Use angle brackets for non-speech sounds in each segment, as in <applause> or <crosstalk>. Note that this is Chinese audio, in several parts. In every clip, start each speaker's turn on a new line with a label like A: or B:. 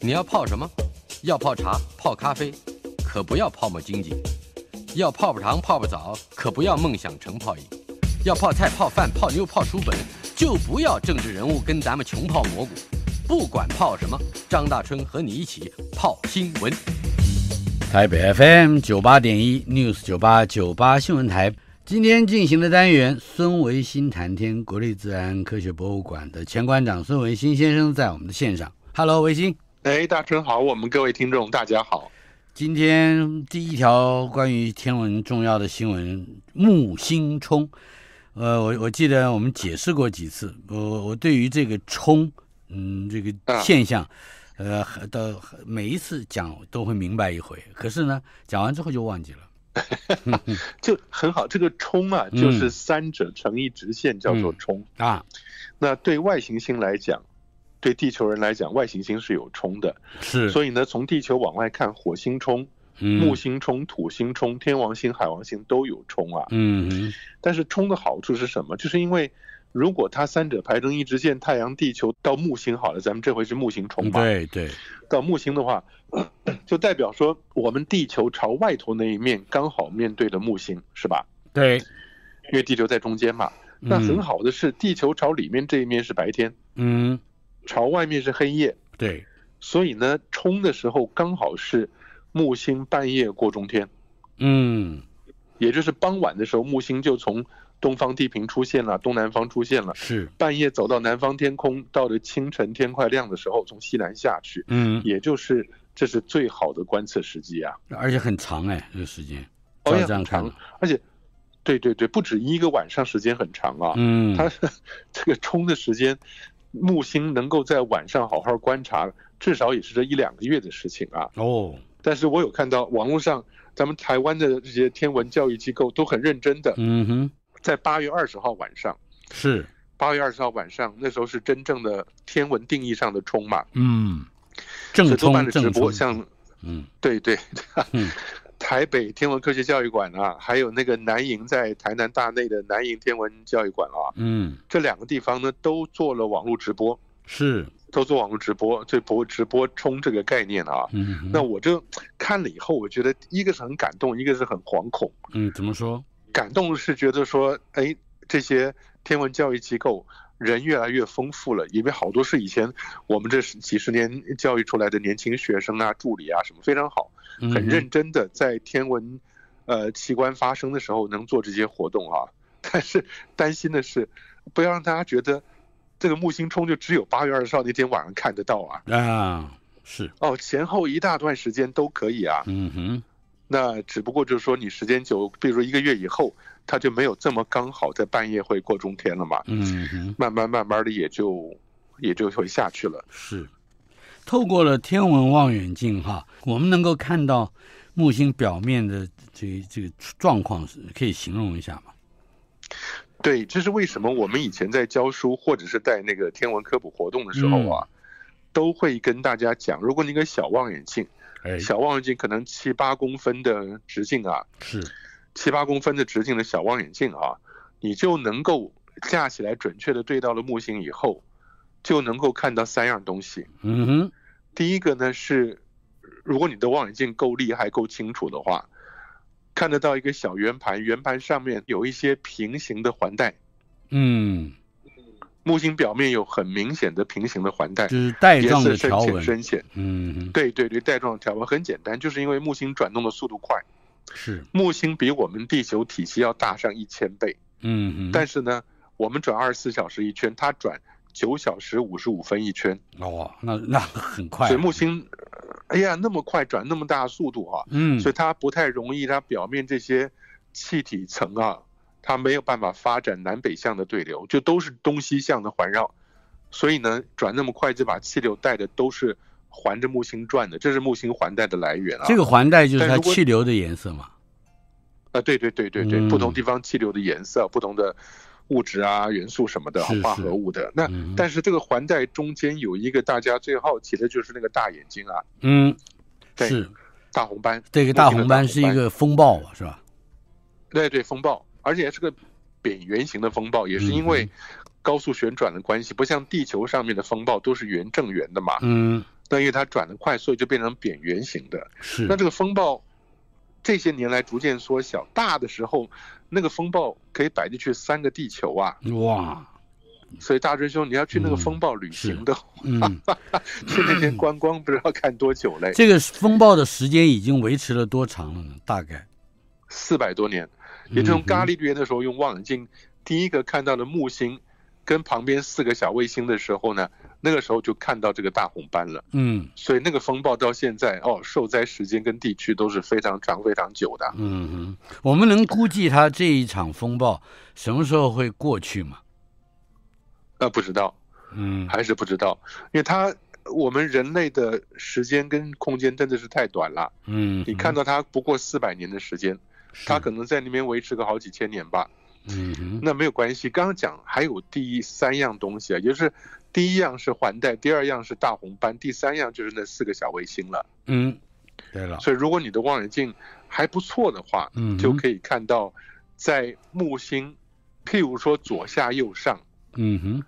A: 你要泡什么？要泡茶、泡咖啡，可不要泡沫经济；要泡泡糖、泡泡澡，可不要梦想成泡影；要泡菜、泡饭、泡妞、泡书本，就不要政治人物跟咱们穷泡蘑菇。不管泡什么，张大春和你一起泡新闻。
B: 台北 FM 九八点一 News 九八九八新闻台，今天进行的单元孙维新谈天，国立自然科学博物馆的前馆长孙维新先生在我们的线上。Hello，维新，
C: 哎，大春好，我们各位听众大家好。
B: 今天第一条关于天文重要的新闻，木星冲。呃，我我记得我们解释过几次，我我对于这个冲，嗯，这个
C: 啊
B: 现象，呃，到每一次讲都会明白一回，可是呢，讲完之后就忘记了。
C: 就很好，这个冲啊，
B: 嗯
C: 就是三者成一直线，叫做冲。
B: 啊，
C: 那对外行星来讲，对地球人来讲，外行星是有冲的。
B: 是，嗯
C: 所以呢，从地球往外看，火星冲、
B: 以
C: 木，星冲、土星冲、天王星、海王星都有冲啊。
B: 嗯哼
C: 但是冲的好处是什么？就是因为如果它三者排成一直线，太阳、地球到木星好了，咱们这回是木星冲
B: 嗯，
C: 嘛？
B: 对对，
C: 到木星的话，就代表说我们地球朝外头那一面刚好面对了木星，是吧？
B: 对，
C: 因为地球在中间嘛。那很，好的是，地球朝里面这一面是白天，
B: 嗯，
C: 朝外面是黑夜，
B: 对，
C: 所以呢，冲的时候刚好是木星半夜过中天，
B: 嗯，
C: 也就是傍晚的时候，木星就从东方地平出现了，东南方出现了。
B: 是，
C: 半夜走到南方天空，到了清晨天快亮的时候，从西南下去，
B: 嗯，
C: 也就是这是最好的观测时机啊。
B: 而且很长哎，这个时间，
C: 哦
B: 照
C: 也
B: 这样
C: 很
B: 看
C: 长
B: 的，
C: 而且，对对对，不止一个晚上，时间很长啊。
B: 嗯，
C: 它 <laughs> 这个冲的时间，木星能够在晚上好好观察，至少也是这一两个月的事情啊。
B: 哦，
C: 但是我有看到网络上，咱们台湾的这些天文教育机构都很认真的，
B: 嗯哼，
C: 在八月二十号晚上，
B: 是，
C: 八月二十号晚上，那时候是真正的天文定义上的冲嘛，
B: 嗯，
C: 所
B: 正
C: 以都
B: 冲
C: 办了直
B: 正
C: 播，
B: 冲，
C: 像
B: 嗯，
C: 对对，啊
B: 嗯
C: <laughs> 台北天文科学教育馆啊，还有那个南营在台南大内的南营天文教育馆啊，
B: 嗯，
C: 这两个地方呢都做了网络直播，
B: 是，
C: 都做网络直播，这播直播冲这个概念啊。
B: 嗯哼，
C: 那我这看了以后，我觉得一个是很感动，一个是很惶恐。
B: 嗯，怎么说？
C: 感动是觉得说，哎，这些天文教育机构人越来越丰富了，因为好多是以前我们这十几十年教育出来的年轻学生啊、助理啊什么非常好。
B: 嗯
C: 很
B: 哼
C: 认真的在天文呃奇观发生的时候能做这些活动啊。 <laughs> 但是担心的是，不要让大家觉得这个木星冲就只有八月二十号那天晚上看得到啊。
B: 啊，是，
C: 哦，前后一大段时间都可以啊。
B: 嗯哼，
C: 那只不过就是说你时间久，比如说一个月以后，它就没有这么刚好在半夜会过中天了嘛。
B: 嗯哼，
C: 慢慢慢慢的也就也就会下去了。
B: 是。透过了天文望远镜哈，我们能够看到木星表面的这这个状况，是可以形容一下吗？
C: 对，这是为什么我们以前在教书或者是带那个天文科普活动的时候啊，都会跟大家讲，如果你个小望远镜，
B: 哎，
C: 小望远镜可能七八公分的直径啊，
B: 是，
C: 七八公分的直径的小望远镜啊，你就能够架起来准确的对到了木星以后，就能够看到三样东西。
B: 嗯哼，
C: 第一个呢是，如果你的望远镜够厉害、够清楚的话，看得到一个小圆盘，圆盘上面有一些平行的环带。
B: 嗯，
C: 木星表面有很明显的平行的环带
B: 就，是带
C: 颜
B: 状
C: 色
B: 的
C: 深
B: 条
C: 浅
B: 纹，
C: 深浅。
B: 嗯哼，
C: 对对对，带状的条纹很简单，就是因为木星转动的速度快。
B: 是，
C: 木星比我们地球体系要大上一千倍，
B: 嗯哼，
C: 但是呢，我们转二十四小时一圈，它转九小时五十五分一圈，
B: 哦，那那很快
C: 所以，木星，呃哎呀，那么快转那么大速度啊，
B: 嗯，
C: 所以它不太容易，它表面这些气体层啊，它没有办法发展南北向的对流，就都是东西向的环绕，所以呢，转那么快就把气流带的都是环着木星转的，这是木星环带的来源啊。
B: 这个环带就是
C: 但
B: 它
C: 如果
B: 气流的颜色嘛，
C: 啊，对对对对对，
B: 嗯
C: 不同地方气流的颜色、不同的物质啊、元素什么的
B: 是是
C: 化合物的。那、
B: 嗯
C: 但是这个环带中间有一个大家最好奇的就是那个大眼睛啊，
B: 嗯，
C: 对
B: 是
C: 大红斑。
B: 这个
C: 大
B: 大
C: 红
B: 红
C: 斑
B: 斑是一个风暴吧，是吧？
C: 对对，风暴，而且是个扁圆形的风暴，也是因
B: 嗯
C: 为高速旋转的关系，不像地球上面的风暴都是圆正圆的嘛。
B: 嗯，
C: 那因为它转得快，所以就变成扁圆形的。
B: 是
C: 那这个风暴这些年来逐渐缩小，大的时候那个风暴可以摆进去三个地球啊。
B: 哇，
C: 所以大师兄，你要去那个风暴旅行的， <laughs>
B: 嗯，
C: 去那边观光，不知道看多久嘞，
B: 这个风暴的时间已经维持了多长了呢？大概
C: 四百多年。也就是从伽利略那时候用望远镜第一个看到的木星，跟旁边四个小卫星的时候呢，那个时候就看到这个大红斑了。
B: 嗯
C: 所以那个风暴到现在哦，受灾时间跟地区都是非常长、非常久的。
B: 嗯哼，我们能估计它这一场风暴什么时候会过去吗？
C: 那呃不知道，
B: 嗯
C: 还是不知道，因为它我们人类的时间跟空间真的是太短了。
B: 嗯，
C: 你看到它不过四百年的时间，它可能在那边维持个好几千年吧。
B: 嗯哼，
C: 那没有关系。刚刚讲还有第三样东西啊，也就是第一样是环带，第二样是大红斑，第三样就是那四个小卫星了。
B: 嗯，对了，
C: 所以如果你的望远镜还不错的话，
B: 嗯哼
C: 就可以看到在木星，譬如说左下右上，
B: 嗯哼，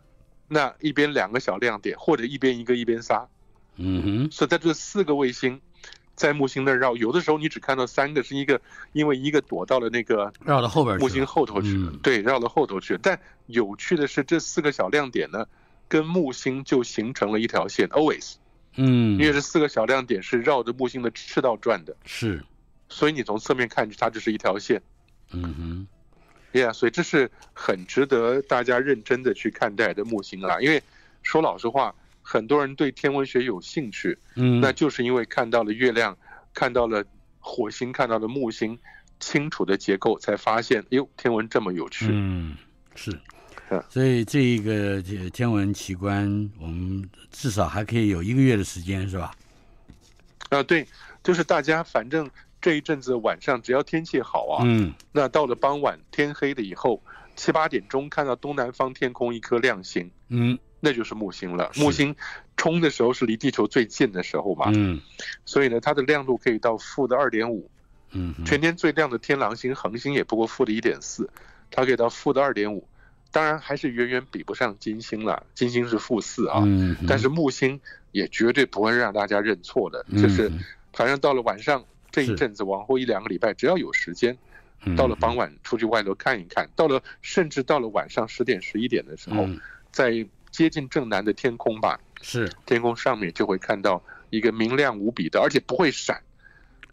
C: 那一边两个小亮点，或者一边一个一边仨，
B: 嗯哼，
C: 所以在这四个卫星。在木星那儿绕，有的时候你只看到三个，是一个因为一个躲到了那个
B: 绕到后边去
C: 木星
B: 了，
C: 后头去，
B: 嗯
C: 对，绕到后头去。但有趣的是，这四个小亮点呢，跟木星就形成了一条线，always，因
B: 嗯，
C: 为这四个小亮点是绕着木星的赤道转的，
B: 是，
C: 所以你从侧面看它就是一条线
B: 嗯哼，
C: ，yeah，所以这是很值得大家认真的去看待的木星啦。因为说老实话，很多人对天文学有兴趣，
B: 嗯，
C: 那就是因为看到了月亮，看到了火星，看到了木星。清楚的结构，才发现，哎呦，天文这么有趣。
B: 嗯，是
C: 嗯。
B: 所以这一个这天文奇观，我们至少还可以有一个月的时间，是吧？
C: 啊，对，就是大家反正这一阵子晚上只要天气好啊，
B: 嗯
C: 那到了傍晚天黑了以后，七八点钟看到东南方天空一颗亮星，
B: 嗯
C: 那就是木星了。
B: 是
C: 木星冲的时候是离地球最近的时候嘛，
B: 嗯
C: 所以呢，它的亮度可以到负的二点五，
B: 嗯哼，
C: 全天最亮的天狼星、恒星也不过负的一点四，它可以到负的二点五，当然还是远远比不上金星了，金星是负四啊。
B: 嗯哼，
C: 但是木星也绝对不会让大家认错的，
B: 嗯
C: 就是
B: 嗯
C: 反正到了晚上这
B: 是嗯
C: 一阵子，往后一两个礼拜，只要有时间，到了傍晚出去外头看一看，到了甚至到了晚上十点十一点的时候，
B: 嗯
C: 在接近正南的天空吧，
B: 是
C: 天空上面就会看到一个明亮无比的，而且不会闪。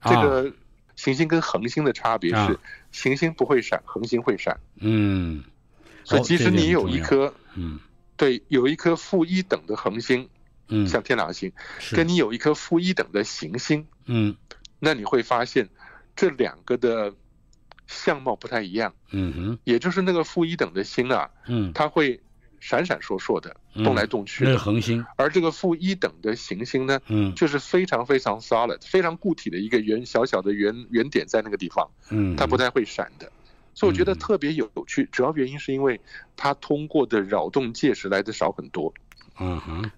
C: 这
B: 啊
C: 个行星跟恒星的差别
B: 啊
C: 是，行星不会闪，恒星会闪。
B: 嗯
C: 所以
B: 哦
C: 即
B: 这
C: 使
B: 点
C: 你有
B: 重
C: 一
B: 要
C: 颗
B: 嗯
C: 对有一颗负一等的恒星，
B: 嗯
C: 像天狼星，
B: 是
C: 跟你有一颗负一等的行星，
B: 嗯
C: 那你会发现这两个的相貌不太一样，
B: 嗯哼
C: 也就是那个负一等的星啊，
B: 嗯
C: 它会闪闪烁烁的
B: 嗯
C: 动来动去
B: 那
C: 的
B: 是恒星
C: 而这个负一等的行星呢，
B: 嗯
C: 就是非常非常 solid、非常固体的一个圆小小的圆圆点在那个地方，
B: 嗯
C: 它不太会闪的。所以我觉得
B: 嗯
C: 特别有趣，主要原因是因为它通过的扰动介质来的少很多，
B: 嗯哼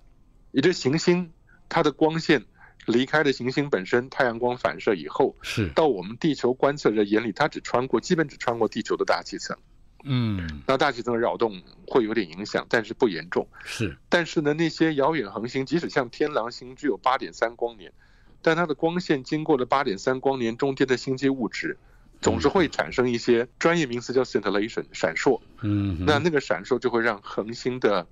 C: 也就是行星它的光线离开了行星本身，太阳光反射以后，
B: 是
C: 到我们地球观测者眼里，它只穿过，基本只穿过地球的大气层。
B: 嗯
C: 那大气层扰动会有点影响，但是不严重。
B: 是
C: 但是呢，那些遥远恒星，即使像天狼星只有八点三光年，但它的光线经过了八点三光年中间的星际物质，总是会产生一些专业名词叫 scintillation 闪烁。
B: 嗯哼
C: 那那个闪烁就会让恒星的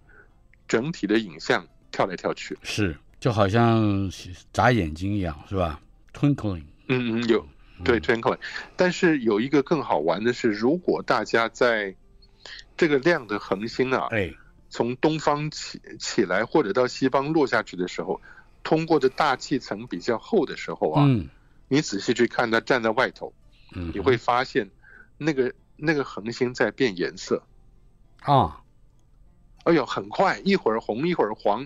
C: 整体的影像跳来跳去。
B: 是就好像眨眼睛一样是吧？Twinkling
C: 嗯嗯，有对 t w i n k l i n 但是有一个更好玩的是，如果大家在这个亮的恒星啊，
B: 哎
C: 从东方起起来或者到西方落下去的时候，通过的大气层比较厚的时候啊，
B: 嗯
C: 你仔细去看它站在外头，
B: 嗯
C: 你会发现那个那个恒星在变颜色。
B: 啊
C: 哎呦，很快，一会儿红，一会儿黄，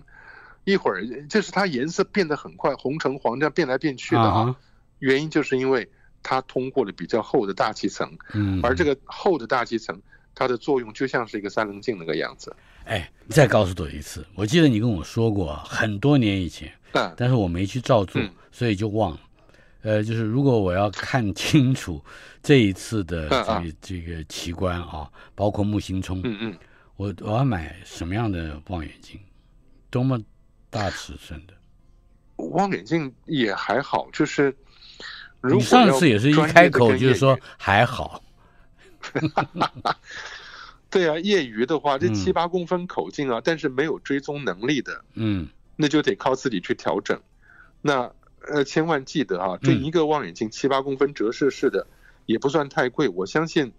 C: 一会儿就是它颜色变得很快，红橙黄这样变来变去的
B: 啊
C: 啊。
B: 哈
C: 原因就是因为它通过了比较厚的大气层，
B: 嗯
C: 而这个厚的大气层，它的作用就像是一个三棱镜那个样子。
B: 哎，你再告诉我一次，我记得你跟我说过很多年以前，
C: 嗯，
B: 但是我没去照做，
C: 嗯
B: 所以就忘了。呃，就是如果我要看清楚这一次的这
C: 嗯
B: 个、
C: 嗯
B: 这个奇观啊，包括木星冲，
C: 嗯嗯，
B: 我我要买什么样的望远镜，多么大尺寸的？
C: 望远镜也还好，就是如
B: 你
C: 果
B: 上
C: 要
B: 次也是一
C: 专业
B: 开
C: 地
B: 口
C: 跟
B: 就是
C: 业
B: 说
C: 余，
B: 还好，
C: 对啊，业余的话这
B: 嗯
C: 七八公分口径啊，但是没有追踪能力的，
B: 嗯
C: 那就得靠自己去调整。那呃，千万记得啊，这
B: 嗯
C: 一个望远镜七八公分折射式的、也不算太贵，我相信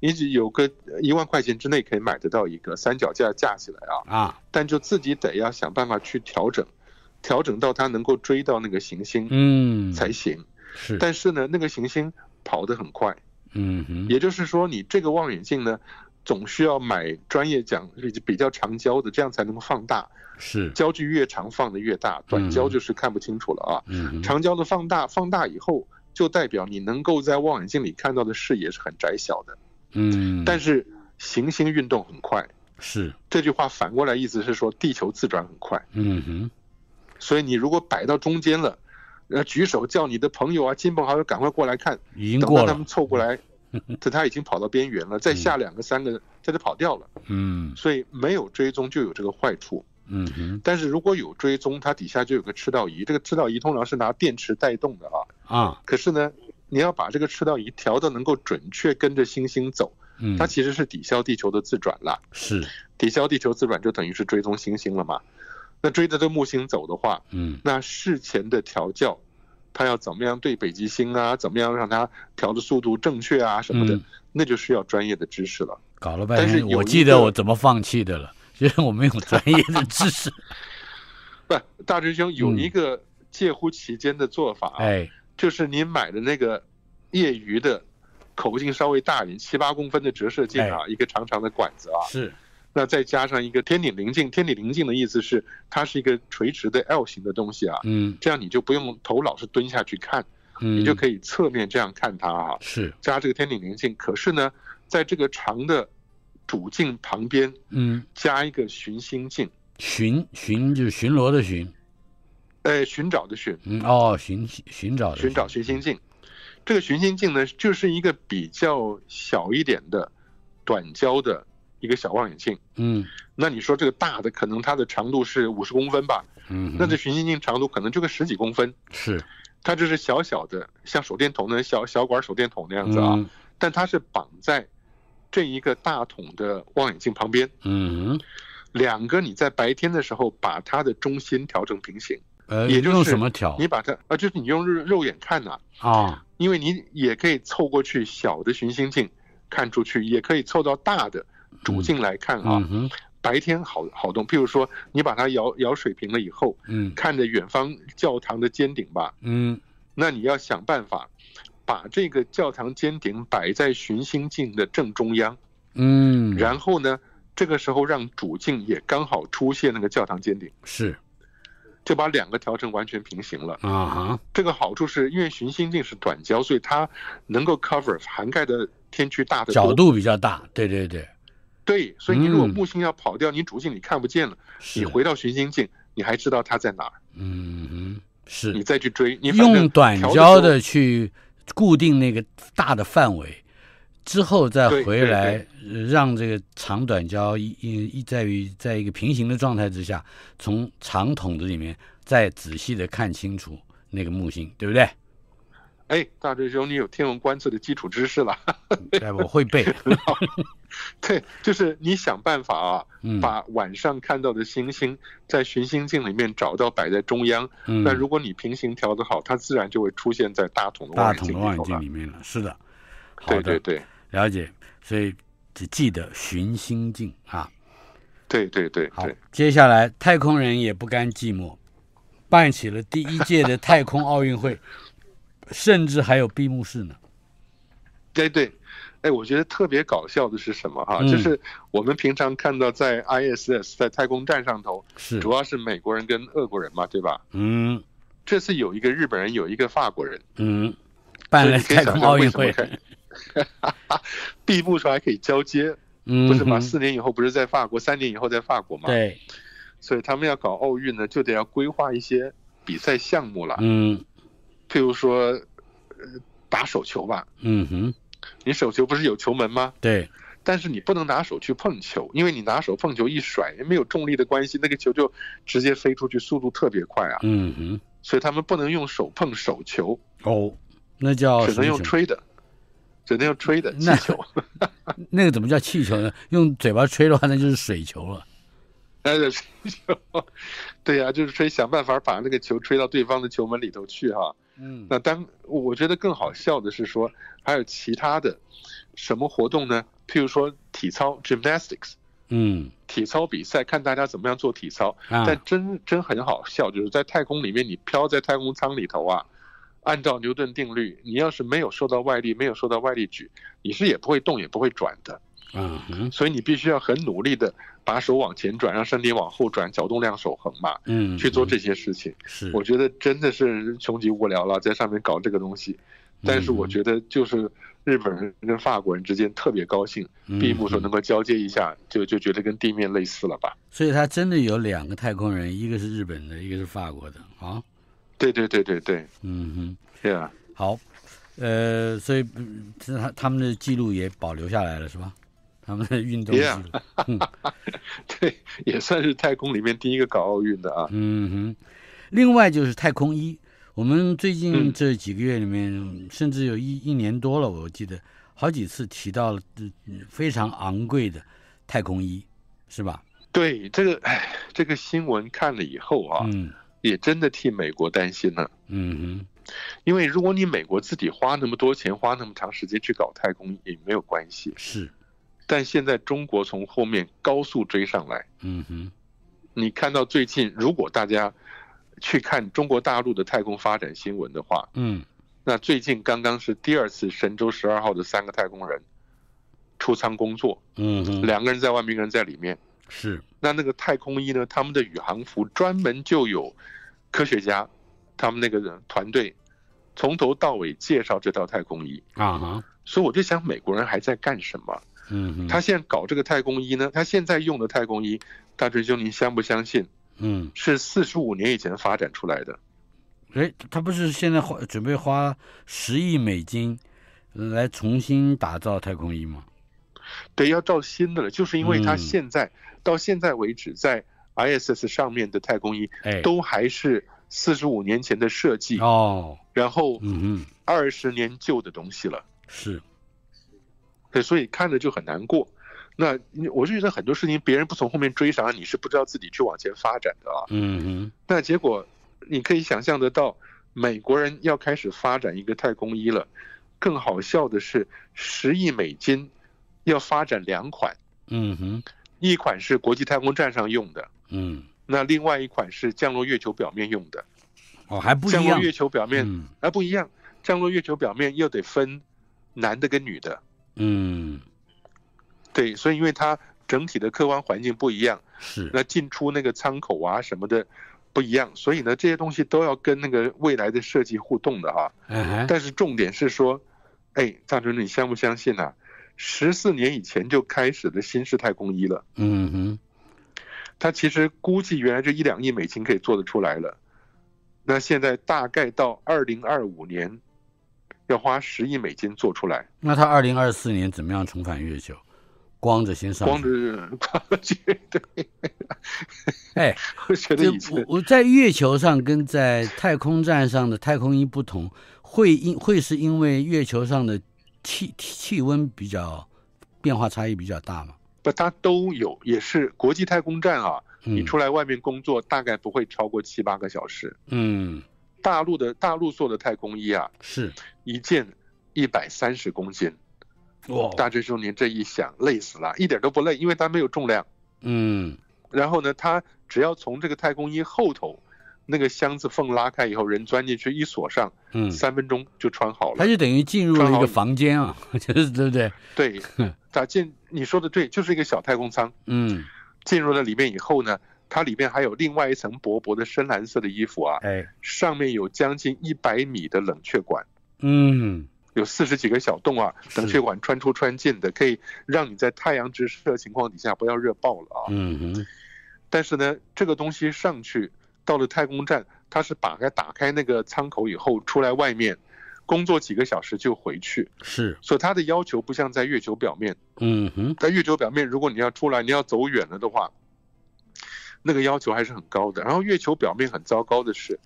C: 你只有个一万块钱之内可以买得到一个三脚架架起来啊，
B: 啊，
C: 但就自己得要想办法去调整，调整到它能够追到那个行星
B: 嗯，
C: 才行。
B: 是，
C: 但是呢，那个行星跑得很快，
B: 嗯哼，
C: 也就是说，你这个望远镜呢，总需要买专业奖比较长焦的，这样才能放大。
B: 是，
C: 焦距越长放的越大，短焦就是看不清楚了啊。
B: 嗯哼，
C: 长焦的放大，放大以后就代表你能够在望远镜里看到的视野是很窄小的，
B: 嗯，
C: 但是行星运动很快。
B: 是，
C: 这句话反过来意思是说，地球自转很快，
B: 嗯哼，
C: 所以你如果摆到中间了，呃，举手叫你的朋友啊、亲朋好友赶快过来看，
B: 已经
C: 等到
B: 过
C: 他
B: 了
C: 们，凑
B: <laughs>
C: 过来，这他已经跑到边缘了，再下两个三个，他就跑掉了。
B: 嗯
C: 所以没有追踪就有这个坏处，
B: 嗯哼，
C: 但是如果有追踪，它底下就有个赤道仪，这个赤道仪通常是拿电池带动的啊。
B: 啊，
C: 可是呢，你要把这个赤道仪调到能够准确跟着星星走，
B: 嗯
C: 它，其实是抵消地球的自转啦。
B: 是，
C: 抵消地球自转就等于是追踪星星了嘛。那追着这木星走的话，
B: 嗯
C: 那事前的调教，它要怎么样对北极星啊，怎么样让它调的速度正确啊什么的，
B: 嗯
C: 那就需要专业的知识了。
B: 搞了半
C: 但是
B: 天，
C: 有
B: 我
C: 一
B: 记得
C: 个
B: 我怎么放弃的了， <laughs> 就是我没有专业的知识，
C: 不，大师兄有
B: 嗯
C: 一个介乎其间的做 <laughs> 法啊，
B: 哎，
C: 就是你买的那个业余的。口径稍微大一点，七八公分的折射镜
B: 哎
C: 啊，一个长长的管子啊，
B: 是，
C: 那再加上一个天顶棱镜，天顶棱镜的意思是它是一个垂直的 L 型的东西啊，
B: 嗯
C: 这样你就不用头老是蹲下去看，
B: 嗯，
C: 你就可以侧面这样看它啊。
B: 是，
C: 加这个天顶棱镜，可是呢，在这个长的主镜旁边
B: 嗯，
C: 加一个寻星镜，
B: 巡巡就是巡逻的巡，
C: 呃，寻找的寻，
B: 嗯哦，寻寻找的
C: 寻找寻星镜。这个寻星镜呢，就是一个比较小一点的短焦的一个小望远镜。
B: 嗯
C: 那你说这个大的，可能它的长度是五十公分吧？
B: 嗯哼，
C: 那这寻星镜长度可能就个十几公分，
B: 是
C: 它就是小小的，像手电筒那小小管手电筒那样子啊，
B: 嗯
C: 但它是绑在这一个大筒的望远镜旁边，
B: 嗯哼，
C: 两个你在白天的时候把它的中心调整平行，
B: 呃，
C: 也就是
B: 用什么调
C: 你把它啊，就是你用肉肉眼看呐、
B: 啊？
C: 因为你也可以凑过去小的寻星镜看出去，也可以凑到大的主镜来看啊。
B: 嗯哼，
C: 白天好好动，譬如说你把它摇摇水平了以后，
B: 嗯
C: 看着远方教堂的尖顶吧，
B: 嗯
C: 那你要想办法把这个教堂尖顶摆在寻星镜的正中央，
B: 嗯，
C: 然后呢，这个时候让主镜也刚好出现那个教堂尖顶，
B: 是
C: 就把两个调成完全平行了。
B: 啊哈，
C: 这个好处是因为寻星镜是短焦，所以它能够 cover 涵盖的天区大的
B: 角。度比较大，对对对，
C: 对，所以你如果
B: 嗯
C: 木星要跑掉，你主镜你看不见了，
B: 是
C: 你回到寻星镜，你还知道它在哪儿，
B: 嗯哼是
C: 你再去追。你反正
B: 用短
C: 调
B: 焦
C: 时候
B: 的去固定那个大的范围，之后再
C: 对
B: 回
C: 对
B: 来，呃让这个长短焦一一一在于在一个平行的状态之下，从长筒子里面再仔细的看清楚那个木星，对不对？
C: 哎，大师兄，你有天文观测的基础知识了。 <laughs>
B: 对，我会背。
C: 对，就是你想办法啊，
B: 嗯，
C: 把晚上看到的星星在寻星镜里面找到，摆在中央。
B: 嗯
C: 那如果你平行调得好，它自然就会出现在大筒的
B: 大
C: 望远
B: 筒
C: 镜
B: 的望
C: 里
B: 远
C: 头
B: 镜
C: 了。
B: 里面了，是的，好
C: 对
B: 的
C: 对，对
B: 了解。所以只记得寻星镜啊。
C: 对对对
B: 好
C: 对，，
B: 接下来太空人也不甘寂寞，办起了第一届的太空奥运
C: <laughs>
B: 会，甚至还有闭幕式呢。
C: 对对。哎，我觉得特别搞笑的是什么哈、
B: 嗯
C: 就是我们平常看到在 ISS 在太空站上头，
B: 是，
C: 主要是美国人跟俄国人嘛，对吧？
B: 嗯
C: 这次有一个日本人，有一个法国人，
B: 嗯，办了
C: 所以
B: 太
C: 你可
B: 空
C: 以想象
B: 奥
C: 为
B: 运
C: 什么
B: 会，
C: 可以。闭幕时候还可以交接，
B: 嗯，
C: 不是吗？四年以后不是在法国，三年以后在法国嘛？。
B: 对，
C: 所以他们要搞奥运呢，就得要规划一些比赛项目了，
B: 嗯
C: 譬如说，呃，打手球吧，
B: 嗯哼，
C: 你手球不是有球门吗？
B: 对，
C: 但是你不能拿手去碰球，因为你拿手碰球一甩，没有重力的关系，那个球就直接飞出去，速度特别快啊。
B: 嗯哼，
C: 所以他们不能用手碰手球，
B: 哦，那叫
C: 只
B: 什
C: 能
B: 么
C: 用
B: 球？
C: 吹的，只能用吹的气
B: 那
C: 球。 <laughs>
B: 那个怎么叫气球呢？用嘴巴吹的话，那就是水球了。
C: 那就吹球，对呀、就是吹，想办法把那个球吹到对方的球门里头去哈、
B: 嗯
C: 那当我觉得更好笑的是说，还有其他的什么活动呢？譬如说体操 （gymnastics）
B: 嗯
C: 体操比赛，看大家怎么样做体操。
B: 啊，
C: 但真真很好笑，就是在太空里面，你飘在太空舱里头啊，按照牛顿定律，你要是没有受到外力，没有受到外力举，你是也不会动，也不会转的。
B: 啊嗯
C: 所以你必须要很努力的把手往前转，让身体往后转，角动量守恒嘛，
B: 嗯，
C: 去做
B: 嗯
C: 这些事情。
B: 是
C: 我觉得真的是穷极无聊了，在上面搞这个东西。
B: 嗯
C: 但是我觉得就是日本人跟法国人之间特别高兴，闭幕时候能
B: 嗯嗯
C: 够交接一下，就就觉得跟地面类似了吧？
B: 所以他真的有两个太空人，一个是日本的，一个是法国的啊。
C: 对对对对对，
B: 嗯哼。
C: 对啊，
B: 好，呃，所以嗯这他他们的记录也保留下来了，是吧？他们的运动记录
C: Yeah <laughs> 对，也算是太空里面第一个搞奥运的啊。
B: 嗯哼。另外就是太空衣，我们最近
C: 嗯
B: 这几个月里面，甚至有一一年多了，我记得好几次提到了呃非常昂贵的太空衣，是吧？
C: 对这个，哎，这个新闻看了以后啊，
B: 嗯
C: 也真的替美国担心了。
B: 嗯
C: 因为如果你美国自己花那么多钱，花那么长时间去搞太空也没有关系
B: 哼，，是，
C: 但现在中国从后面高速追上来，
B: 嗯哼，
C: 你看到最近，如果大家去看中国大陆的太空发展新闻的话，
B: 嗯
C: 那最近刚刚是第二次神舟十二号的三个太空人出舱工作，
B: 嗯哼，
C: 两个人在外面，一个人在里面。
B: 是，
C: 那那个太空衣呢，他们的宇航服专门就有科学家，他们那个团队从头到尾介绍这套太空衣。
B: 啊哈，
C: 所以我就想，美国人还在干什么？
B: 嗯哼，
C: 他现在搞这个太空衣呢？他现在用的太空衣，大锤兄，您相不相信？
B: 嗯，
C: 是四十五年以前发展出来的。
B: 哎，他不是现在花准备花十亿美金来重新打造太空衣吗？
C: 对，要照新的了，就是因为他
B: 嗯
C: 现在、到现在为止，在 ISS 上面的太空衣
B: 哎，
C: 都还是四十五年前的设计，
B: 哦，
C: 然后
B: 嗯哼，
C: 二十年旧的东西了，
B: 是，
C: 对，所以看着就很难过。那你我就觉得很多事情别人不从后面追上来，你是不知道自己去往前发展的啊。
B: 嗯
C: 那结果你可以想象得到，美国人要开始发展一个太空衣了。更好笑的是，十亿美金要发展两款，
B: 哼，嗯哼，
C: 一款是国际太空站上用的，
B: 嗯，
C: 那另外一款是降落月球表面用的。
B: 哦，还不一
C: 降落
B: 样，
C: 月球表面
B: 嗯
C: 啊不一样，降落月球表面又得分男的跟女的，
B: 嗯，
C: 对，所以因为它整体的客观环境不一样，
B: 是，
C: 那进出那个舱口啊什么的不一样，所以呢这些东西都要跟那个未来的设计互动的哈、
B: 哎
C: 但是重点是说，哎，大春，你相不相信啊？十四年以前就开始的新式太空衣了，
B: 嗯哼，
C: 它其实估计原来这一两亿美金可以做得出来了，那现在大概到二零二五年，要花十亿美金做出来，
B: 那他二零二四年怎么样重返月球？光着先上去，
C: 光着 <laughs> 光着去，对，
B: 哎，
C: 我 <laughs> 觉得
B: 这
C: 以前
B: 我我在月球上跟在太空站上的太空衣不同，会因会是因为月球上的气气气温比较变化差异比较大嘛？
C: 不，它都有，也是国际太空站啊，你
B: 嗯
C: 出来外面工作大概不会超过七八个小时，
B: 嗯
C: 大陆的大陆做的太空衣啊，
B: 是
C: 一件一百三十公斤。
B: 哇
C: 大锤兄，您这一想累死了，一点都不累，因为它没有重量。
B: 嗯
C: 然后呢，它只要从这个太空衣后头那个箱子缝拉开以后，人钻进去一锁上，
B: 嗯，
C: 三分钟就穿好
B: 他
C: 了。
B: 就等于进入了一个房间啊， <laughs> 就是对不对？
C: 对，
B: <laughs>
C: 打进你说的对，就是一个小太空舱。
B: 嗯
C: 进入了里面以后呢，它里面还有另外一层薄薄的深蓝色的衣服啊，
B: 哎
C: 上面有将近一百米的冷却管。
B: 嗯
C: 有四十几个小洞啊，冷却管穿出穿进的，可以让你在太阳直射情况底下不要热爆了啊。
B: 嗯哼
C: 但是呢，这个东西上去到了太空站，它是打开打开那个舱口以后出来外面工作几个小时就回去，
B: 是
C: 所以它的要求不像在月球表面，
B: 嗯哼
C: 在月球表面如果你要出来你要走远了的话，那个要求还是很高的。然后月球表面很糟糕的是，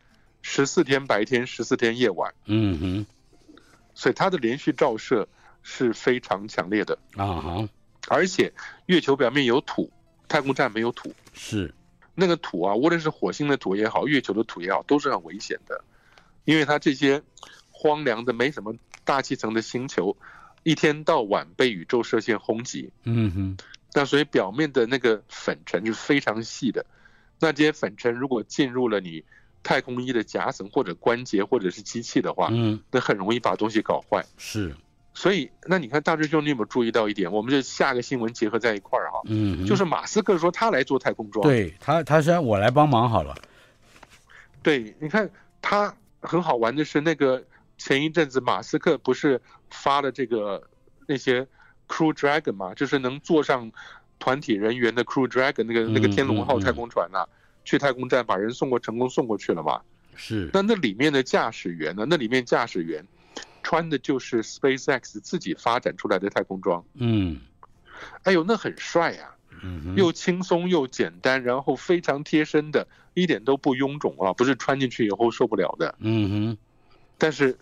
C: 十四天白天，十四天夜晚，
B: 嗯哼，
C: 所以它的连续照射是非常强烈的。
B: 啊哈，
C: 而且月球表面有土，太空站没有土，
B: 是，
C: 那个土啊，无论是火星的土也好，月球的土也好，都是很危险的，因为它这些荒凉的、没什么大气层的星球，一天到晚被宇宙射线轰击，
B: 嗯哼，
C: 那所以表面的那个粉尘是非常细的，那这些粉尘如果进入了你太空衣的夹层或者关节或者是机器的话，
B: 嗯，
C: 那很容易把东西搞坏。
B: 是，
C: 所以，那你看大志兄，你有没有注意到一点？我们就下个新闻结合在一块儿哈，
B: 嗯哼，
C: 就是马斯克说他来做太空装，
B: 对他，他说我来帮忙好了，
C: 对，你看他很好玩的是，那个前一阵子马斯克不是发了这个那些 Crew Dragon 嘛，就是能坐上团体人员的 Crew Dragon 那个那个天龙号太空船呐、去太空站把人送过成功送过去了嘛？
B: 是，
C: 那那里面的驾驶员呢？那里面驾驶员穿的就是 SpaceX 自己发展出来的太空装，
B: 嗯
C: 哎呦，那很帅呀、
B: 嗯哼，
C: 又轻松又简单，然后非常贴身的，一点都不臃肿啊，不是穿进去以后受不了的。
B: 嗯哼，
C: 但是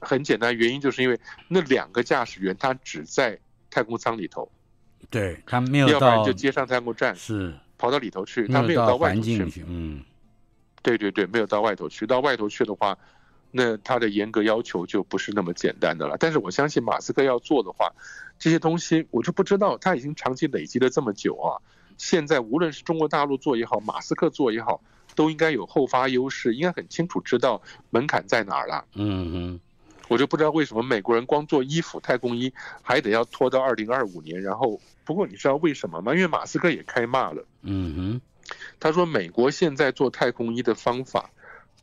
C: 很简单，原因就是因为那两个驾驶员他只在太空舱里头，
B: 对他没有
C: 要不然
B: 到
C: 就接上太空站，
B: 是
C: 跑到里头去，他没有
B: 到
C: 外头
B: 环境
C: 去。
B: 去，嗯
C: 对对对，没有到外头去。到外头去的话，那他的严格要求就不是那么简单的了。但是我相信马斯克要做的话，这些东西我就不知道，他已经长期累积了这么久啊。现在无论是中国大陆做也好，马斯克做也好，都应该有后发优势，应该很清楚知道门槛在哪儿了。
B: 嗯哼，
C: 我就不知道为什么美国人光做衣服太空衣还得要拖到二零二五年。然后，不过你知道为什么吗？因为马斯克也开骂了，
B: 嗯哼，
C: 他说美国现在做太空衣的方法，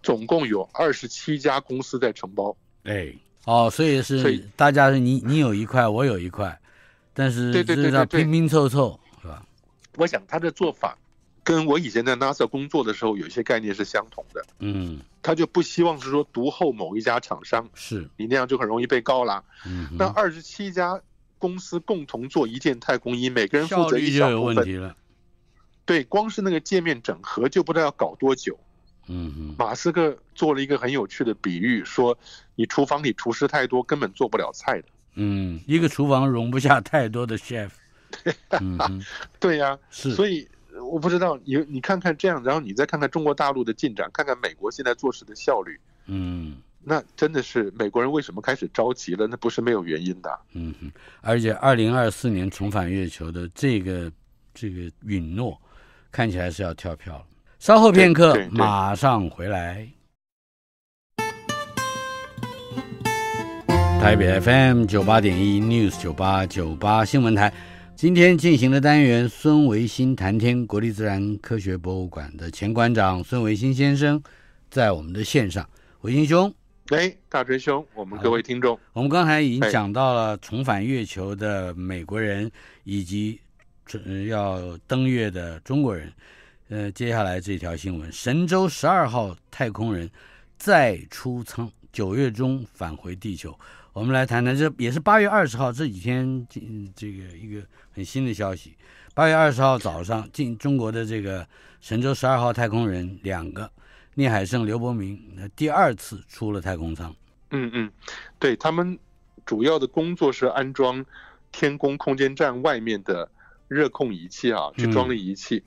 C: 总共有二十七家公司在承包。
B: 哎，哦，所以
C: 所
B: 是
C: 以
B: 大家是你你有一块，我有一块，但是
C: 对对对
B: 就是要
C: 对对
B: 拼拼凑凑是吧？
C: 我想他的做法跟我以前在 NASA 工作的时候有一些概念是相同的，
B: 嗯，
C: 他就不希望是说独后某一家厂商，
B: 是，
C: 你那样就很容易被告啦。
B: 嗯哼，
C: 那二十七家公司共同做一件太空衣，每个人
B: 效
C: 负责
B: 率
C: 一
B: 就
C: 小
B: 有
C: 部
B: 问
C: 分，
B: 题了，
C: 对，光是那个界面整合就不知道要搞多久。
B: 嗯哼，
C: 马斯克做了一个很有趣的比喻，说你厨房里厨师太多，根本做不了菜的。
B: 嗯，一个厨房容不下太多的
C: <laughs>
B: chef，嗯哼，
C: 对呀、
B: 是，
C: 所
B: 以
C: 以呃我不知道你你看看这样，然后你再看看中国大陆的进展，看看美国现在做事的效率，
B: 嗯。
C: 那真的是美国人为什么开始着急了？那不是没有原因的。
B: 嗯哼，而且二零二四年重返月球的这个这个允诺，看起来是要跳票了。稍后片刻
C: 对对，对
B: 马上回来。台北 FM 九八点一 News 九八九八新闻台，今天进行的单元孙维新谈天，国立自然科学博物馆的前馆长孙维新先生在我们的线上，维新兄。
C: 哎，大锤兄，我们各位听众，
B: 我们刚才已经
C: 哎
B: 讲到了重返月球的美国人以及呃要登月的中国人。呃，接下来这条新闻：神舟十二号太空人再出舱，九月中返回地球。我们来谈谈这也是八月二十号这几天这这个一个很新的消息。八月二十号早上，进中国的这个神舟十二号太空人两个，聂海胜、刘伯明，呃第二次出了太空舱。
C: 嗯嗯，对他们主要的工作是安装天宫空间站外面的热控仪器啊，
B: 嗯
C: 去装了仪器。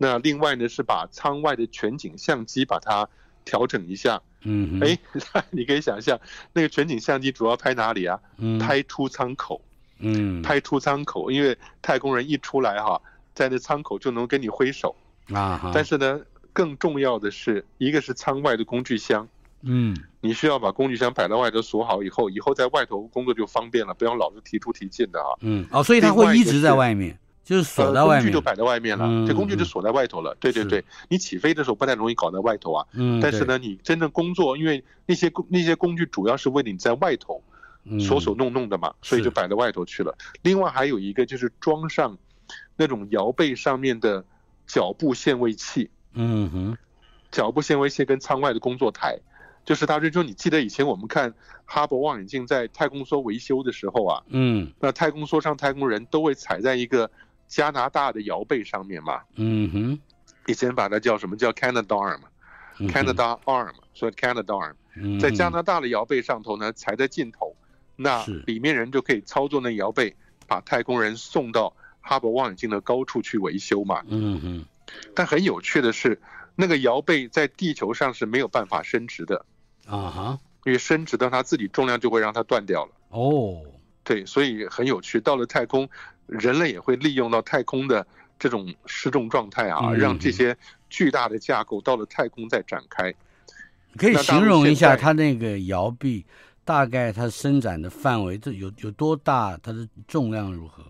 C: 那另外呢，是把舱外的全景相机把它调整一下。
B: 嗯哼，
C: 哎， <laughs> 你可以想象，那个全景相机主要拍哪里啊？
B: 嗯
C: 拍出舱口，
B: 嗯
C: 拍出舱口，因为太空人一出来哈、在那舱口就能跟你挥手。
B: 啊哈，
C: 但是呢，更重要的是，一个是舱外的工具箱，
B: 嗯
C: 你需要把工具箱摆到外头锁好以后，以后在外头工作就方便了，不要老是提出提进的啊。
B: 嗯哦，所以他会一直在外面，就是锁在
C: 呃
B: 外
C: 工具
B: 面
C: 就，摆在外面了，
B: 嗯
C: 这工具就
B: 嗯
C: 锁在外头了。对对
B: 是
C: 对，你起飞的时候不太容易搞在外头啊。
B: 嗯，
C: 但是呢，你真正工作，因为那些工那些工具主要是为了你在外头
B: 对，
C: 手手弄弄的嘛，所
B: 嗯
C: 以
B: 是
C: 就摆到外头去了。另外还有一个就是装上那种摇背上面的脚步限位器，
B: 嗯，嗯哼，
C: 脚步限位器跟舱外的工作台，就是大追兄，你记得以前我们看哈勃望远镜在太空梭维修的时候啊，
B: 嗯
C: 那太空梭上太空人都会踩在一个加拿大的摇背上面嘛，
B: 嗯哼
C: 以前把它叫什么叫 Canada Arm，Canada Arm，、所以 Canada arm
B: 嗯
C: 在加拿大的摇背上头呢才在尽头，那
B: 是
C: 里面人就可以操作那摇背，把太空人送到哈勃望远镜的高处去维修嘛。
B: 嗯哼，
C: 但很有趣的是，那个摇背在地球上是没有办法伸直的，
B: 啊哈，
C: 因为伸直到它自己重量就会让它断掉了。
B: 哦，
C: 对，所以很有趣。到了太空，人类也会利用到太空的这种失重状态啊，
B: 嗯
C: 让这些巨大的架构到了太空再展开。
B: 可以
C: 那当
B: 形
C: 然
B: 容一下
C: 现在
B: 它那个摇臂，大概它伸展的范围，这有有多大？它的重量如何？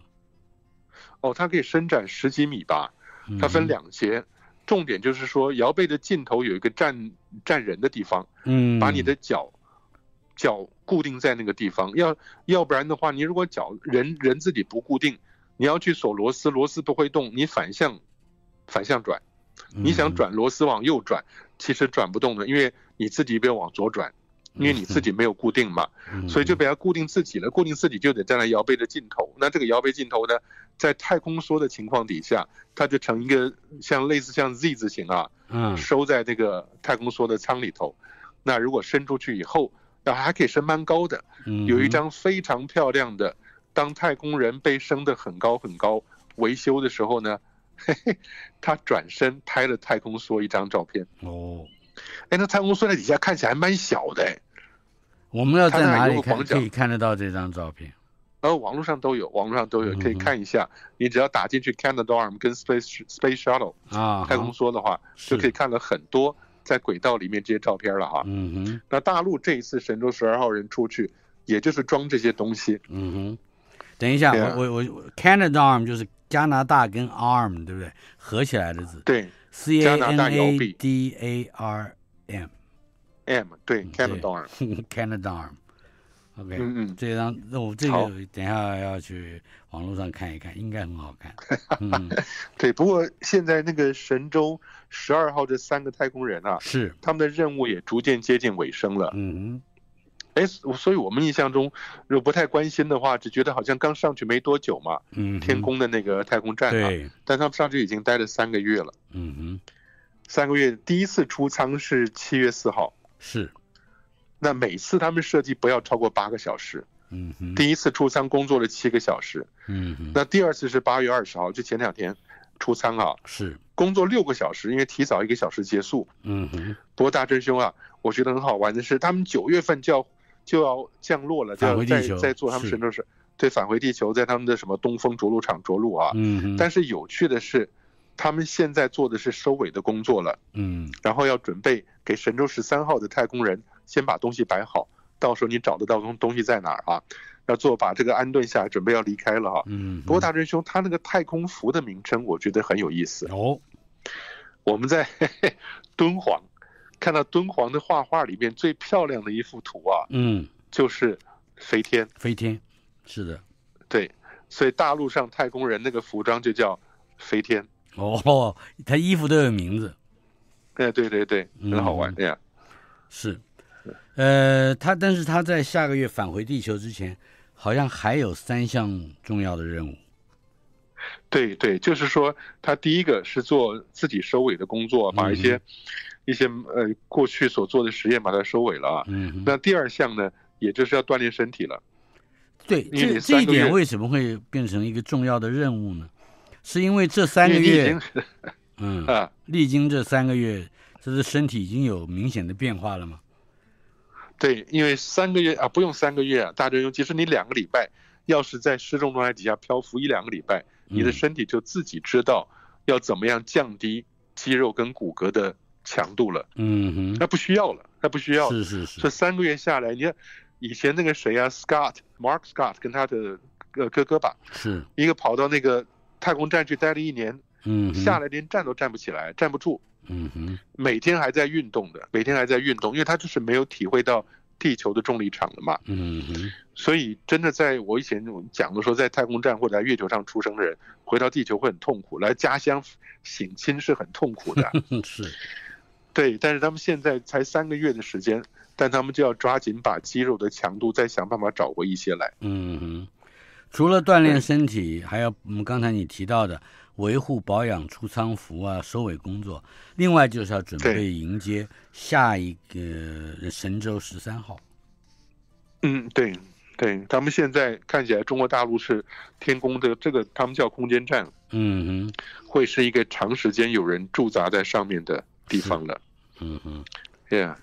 C: 哦，它可以伸展十几米吧，
B: 嗯
C: 它分
B: 哼，
C: 两节。重点就是说，摇背的尽头有一个站站人的地方，
B: 嗯，
C: 把你的脚脚固定在那个地方，要要不然的话，你如果脚人人自己不固定，你要去锁螺丝，螺丝不会动，你反向反向转，
B: 嗯
C: 你想转螺丝往右转，其实转不动的，因为你自己被往左转，因为你自己没有固定嘛，
B: 嗯，
C: 所以就
B: 被
C: 被它固定自己了，固定自己就得站在摇背的尽头。那这个摇背尽头呢，在太空梭的情况底下，它就成一个像类似像 Z 字形啊，
B: 嗯
C: 收在这个太空梭的舱里头。那如果伸出去以后，那还可以升蛮高的，
B: 嗯
C: 有一张非常漂亮的，当太空人被升得很高很高维修的时候呢， <laughs> 嘿嘿，他转身拍了太空梭一张照片。
B: 哦，
C: 哎，那太空梭在底下看起来还蛮小的哎，
B: 我们要在
C: 它那
B: 哪
C: 有
B: 里
C: 个
B: 看
C: 广角
B: 可以看得到这张照片？
C: 呃，网络上都有，网络上都有，可以
B: 嗯哼
C: 看一下。你只要打进去 Canada Arm 跟 Space Space Shuttle
B: 啊，
C: 太空
B: 好
C: 梭的话，
B: 是
C: 就可以看了很多在轨道里面这些照片了哈。
B: 嗯哼，
C: 那大陆这一次神舟十二号人出去，也就是装这些东西。
B: 嗯哼。等一下，
C: 对啊
B: 我我我，Canada arm 就是加拿大跟 arm 对不对？合起来的字
C: 对
B: ，C A
C: 加拿
B: N
C: 大
B: A
C: 摇臂
B: D A R <laughs> M，Canada
C: ，M 对
B: 嗯
C: c a n a d a r
B: arm。OK，
C: 嗯嗯，
B: 这张那我这个
C: 好
B: 等一下要去网络上看一看，应该很好
C: <laughs>
B: 看。嗯，
C: 对。不过现在那个神舟十二号这三个太空人啊，
B: 是，
C: 他们的任务也逐渐接近尾声了。
B: 嗯
C: 哎，所以我们印象中，如果不太关心的话，只觉得好像刚上去没多久嘛，
B: 哼嗯哼，
C: 天宫的那个太空站啊，
B: 对，
C: 但他们上去已经待了三个月了。
B: 嗯
C: 三个月，第一次出舱是七月四号，
B: 哼，是，
C: 那每次他们设计不要超过八个小时。
B: 嗯哼，
C: 第一次出舱工作了七个小时，
B: 嗯哼，
C: 那第二次是八月二十号，就前两天出舱啊，
B: 是，
C: 工作六个小时，因为提早一个小时结束。
B: 嗯哼，
C: 不过大真兄啊，我觉得很好玩的是，他们九月份就要就要降落了，就
B: 返
C: 要
B: 回
C: 再
B: 地球
C: 再做他们
B: 是
C: 神舟十对返回地球，在他们的什么东风着陆场着陆啊。
B: 嗯哼，
C: 但是有趣的是，他们现在做的是收尾的工作了，
B: 嗯
C: 然后要准备给神舟十三号的太空人先把东西摆好，到时候你找得到东东西在哪儿啊？要做把这个安顿下来，准备要离开了哈、
B: 嗯哼，
C: 不过大真兄，他那个太空服的名称，我觉得很有意思。
B: 哦，
C: 我们在 <laughs> 敦煌看到敦煌的画画里面最漂亮的一幅图啊，
B: 嗯，
C: 就是飞天。
B: 飞天，是的，
C: 对，所以大陆上太空人那个服装就叫飞天。
B: <laughs> 哦，他衣服都有名字，
C: 哎，对对对，
B: 嗯
C: 很好玩哎呀。
B: 是，呃，他但是他在下个月返回地球之前，好像还有三项重要的任务，
C: 对对，就是说他第一个是做自己收尾的工作，把一些、
B: 嗯
C: 一些呃过去所做的实验把它收尾了啊。
B: 嗯哼，
C: 那第二项呢，也就是要锻炼身体了。
B: 对，
C: 因为
B: 这
C: 你
B: 这一
C: 三个
B: 点
C: 月
B: 为什么会变成一个重要的任务呢？是因为这三个
C: 因为你已
B: 月
C: 经，
B: 嗯，
C: <laughs> 啊，
B: 历经这三个月，这是身体已经有明显的变化了吗？
C: 对，因为三个月啊，不用三个月啊，大真兄，其实你两个礼拜，要是在失重状态底下漂浮一两个礼拜，你的
B: 嗯
C: 身体就自己知道要怎么样降低肌肉跟骨骼的强度了，
B: 嗯
C: 那不需要了，那不需要
B: 哼，
C: 了。
B: 是是
C: 这
B: 是，
C: 三个月下来，你看以前那个谁啊，Scott Mark Scott 跟他的呃哥哥吧，
B: 是，
C: 一个跑到那个太空站去待了一年，
B: 嗯哼，
C: 下来连站都站不起来，站不住，
B: 嗯哼，
C: 每天还在运动的，每天还在运动，因为他就是没有体会到地球的重力场了嘛。
B: 嗯哼， <laughs>
C: 所以，真的在我以前讲的说，在太空站或者在月球上出生的人，回到地球会很痛苦，来家乡省亲是很痛苦的。
B: 嗯是，
C: 对，但是他们现在才三个月的时间，但他们就要抓紧把肌肉的强度再想办法找回一些来。
B: 嗯哼。除了锻炼
C: 对
B: 身体，还有我们刚才你提到的维护保养出仓服啊、收尾工作，另外就是要准备
C: 对
B: 迎接下一个神舟十三号。
C: 嗯，对对，咱们现在看起来中国大陆是天宫的这个，他们叫空间站，
B: 嗯
C: 会是一个长时间有人驻扎在上面的地方了。
B: 哼，嗯哼，
C: Yeah，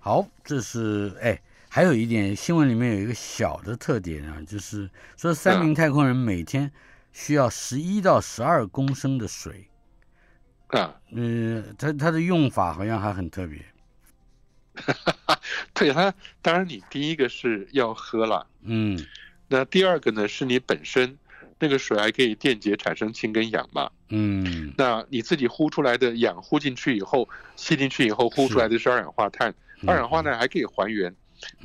B: 好，这是哎，还有一点新闻里面有一个小的特点啊，就是说三名太空人每天需要十一到十二公升的水。
C: 啊，
B: 嗯、呃，它它的用法好像还很特别。
C: 对它，当然你第一个是要喝了，
B: 嗯
C: 那第二个呢是你本身那个水还可以电解产生氢跟氧嘛，
B: 嗯，
C: 那你自己呼出来的氧呼进去以后，吸进去以后呼出来的是二嗯氧化碳，二氧化碳还可以还原，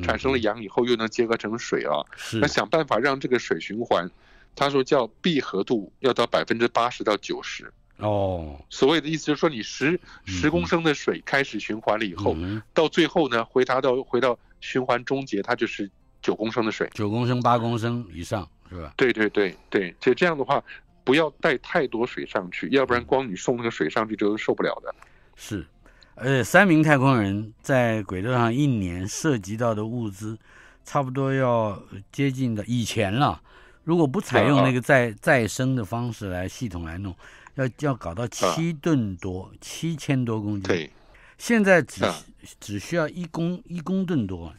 C: 产生了氧以后又能结合成水啊，
B: 是
C: 那想办法让这个水循环，他说叫闭合度要到百分之八十到九十。
B: 哦，
C: 所谓的意思就是说，你十十公升的水开始循环了以后，
B: 嗯
C: 到最后呢，回答到回到循环终结，它就是九公升的水。
B: 九公升、八公升以上是吧？
C: 对对对对，就这样的话，不要带太多水上去，要不然光你送那个水上去，这都受不了的。
B: 是，而且三名太空人在轨道上一年涉及到的物资，差不多要接近的以前了。如果不采用
C: 啊
B: 那个再再生的方式来系统来弄，要要搞到七吨多，七千多公斤。，
C: 对
B: 现在只
C: 啊
B: 只需要一公一公吨多。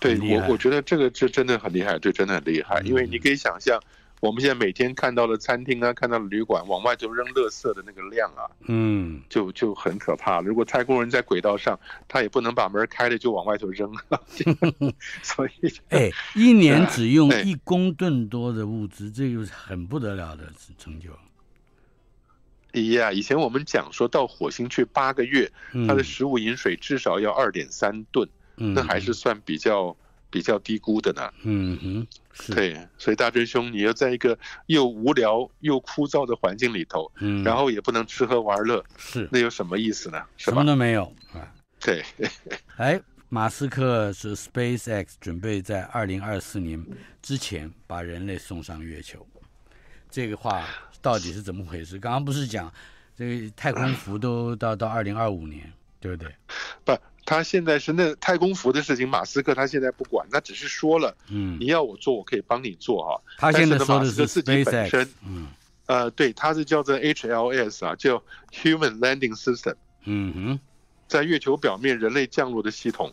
C: 对，
B: 很厉害
C: 我我觉得这个这真的很厉害，这真的很厉害，因为
B: 嗯
C: 你可以想象，我们现在每天看到的餐厅啊，看到的旅馆往外就扔垃圾的那个量啊，
B: 嗯，
C: 就就很可怕了。如果太空人在轨道上，他也不能把门开了就往外头扔，
B: <laughs>
C: 所以
B: 哎，一年
C: 对啊
B: 只用
C: 对
B: 一公吨多的物资，这个是很不得了的成就。
C: 哎呀，以前我们讲说到火星去八个月，
B: 嗯，
C: 它的食物饮水至少要二点三吨，
B: 嗯
C: 那还是算比较比较低估的呢。
B: 嗯哼是，
C: 对，所以大真兄，你要在一个又无聊又枯燥的环境里头，
B: 嗯，
C: 然后也不能吃喝玩乐，
B: 是
C: 那有什么意思呢？是
B: 什么
C: 吧？
B: 都没有啊。
C: 对，
B: 哎，马斯克是 SpaceX 准备在二零二四年之前把人类送上月球，这个话到底是怎么回事？刚刚不是讲这个太空服都到到二零二五年，对不对？
C: 不，他现在是那太空服的事情，马斯克他现在不管，他只是说了，
B: 嗯
C: 你，要我做，我可以帮你做哈、
B: 他现在说的
C: 但
B: 是
C: 是呢马斯克自己本
B: SpaceX，
C: 身
B: 嗯
C: 呃，对，它是叫做 HLS 啊，叫 Human Landing System，
B: 嗯哼，
C: 在月球表面人类降落的系统。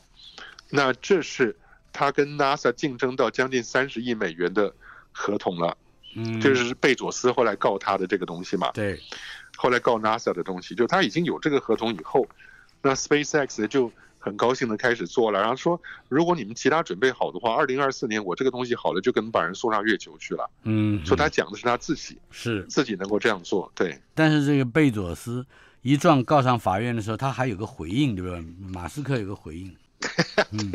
C: 那这是它跟 NASA 竞争到将近三十亿美元的合同了，
B: 嗯，
C: 这是贝佐斯后来告他的这个东西嘛，
B: 对，
C: 后来告 NASA 的东西，就他已经有这个合同以后，那 SpaceX 就很高兴的开始做了，然后说如果你们其他准备好的话，二零二四年我这个东西好了，就可能把人送上月球去了。
B: 嗯，
C: 所以他讲的是他自己，
B: 是，
C: 自己能够这样做，对。
B: 但是这个贝佐斯一状告上法院的时候，他还有个回应，对不对？马斯克有个回应，嗯，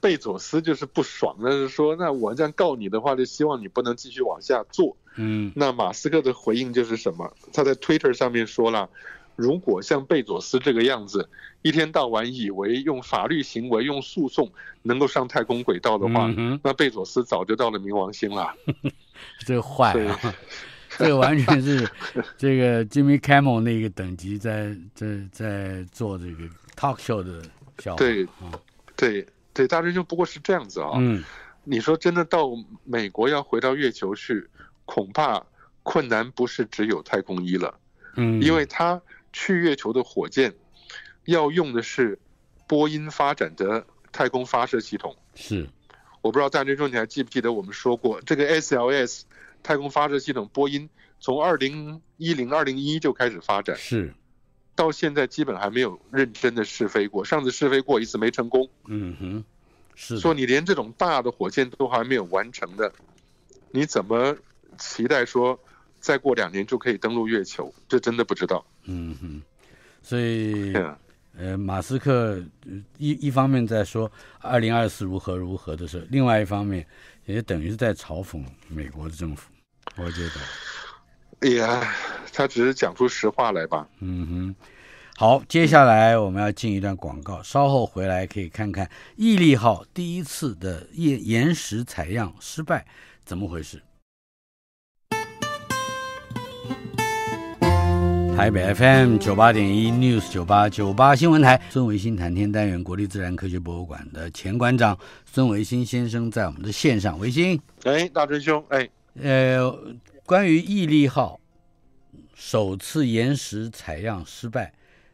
C: 贝佐斯就是不爽，但是说那我这样告你的话，就希望你不能继续往下做。
B: 嗯
C: 那马斯克的回应就是什么？他在 Twitter 上面说了，如果像贝佐斯这个样子，一天到晚以为用法律行为、用诉讼能够上太空轨道的话，
B: 嗯哼
C: 那贝佐斯早就到了冥王星了。
B: 这个坏啊！ <laughs> 这个完全是这个 Jimmy Kimmel 那个等级在在在做这个 talk show 的笑话。
C: 对
B: 嗯，
C: 对对，大致就不过是这样子啊、
B: 嗯，
C: 你说真的到美国要回到月球去，恐怕困难不是只有太空衣了。
B: 嗯，
C: 因为它去月球的火箭要用的是波音发展的太空发射系统。
B: 是，
C: 我不知道大追兄你还记不记得我们说过，这个 SLS 太空发射系统，波音从二零一零、二零一就开始发展，
B: 是，
C: 到现在基本还没有认真的试飞过。上次试飞过一次没成功，
B: 嗯哼，是的
C: 说你连这种大的火箭都还没有完成的，你怎么期待说再过两年就可以登陆月球？这真的不知道。
B: 嗯哼，所以
C: 对啊
B: 呃，马斯克呃一一方面在说二零二四如何如何的时候，另外一方面也等于是在嘲讽美国的政府，我觉得。
C: 哎呀，他只是讲出实话来吧。
B: 嗯哼，好，接下来我们要进一段广告，稍后回来可以看看毅力号第一次的岩岩石采样失败怎么回事。台北 FM 九八点一 News 九八九八新闻台，孙维新谈天单元，国立自然科学博物馆的前馆长孙维新先生在我们的线上。维新，
C: 哎，大真兄，哎，
B: 呃，关于毅力号首次岩石采样失败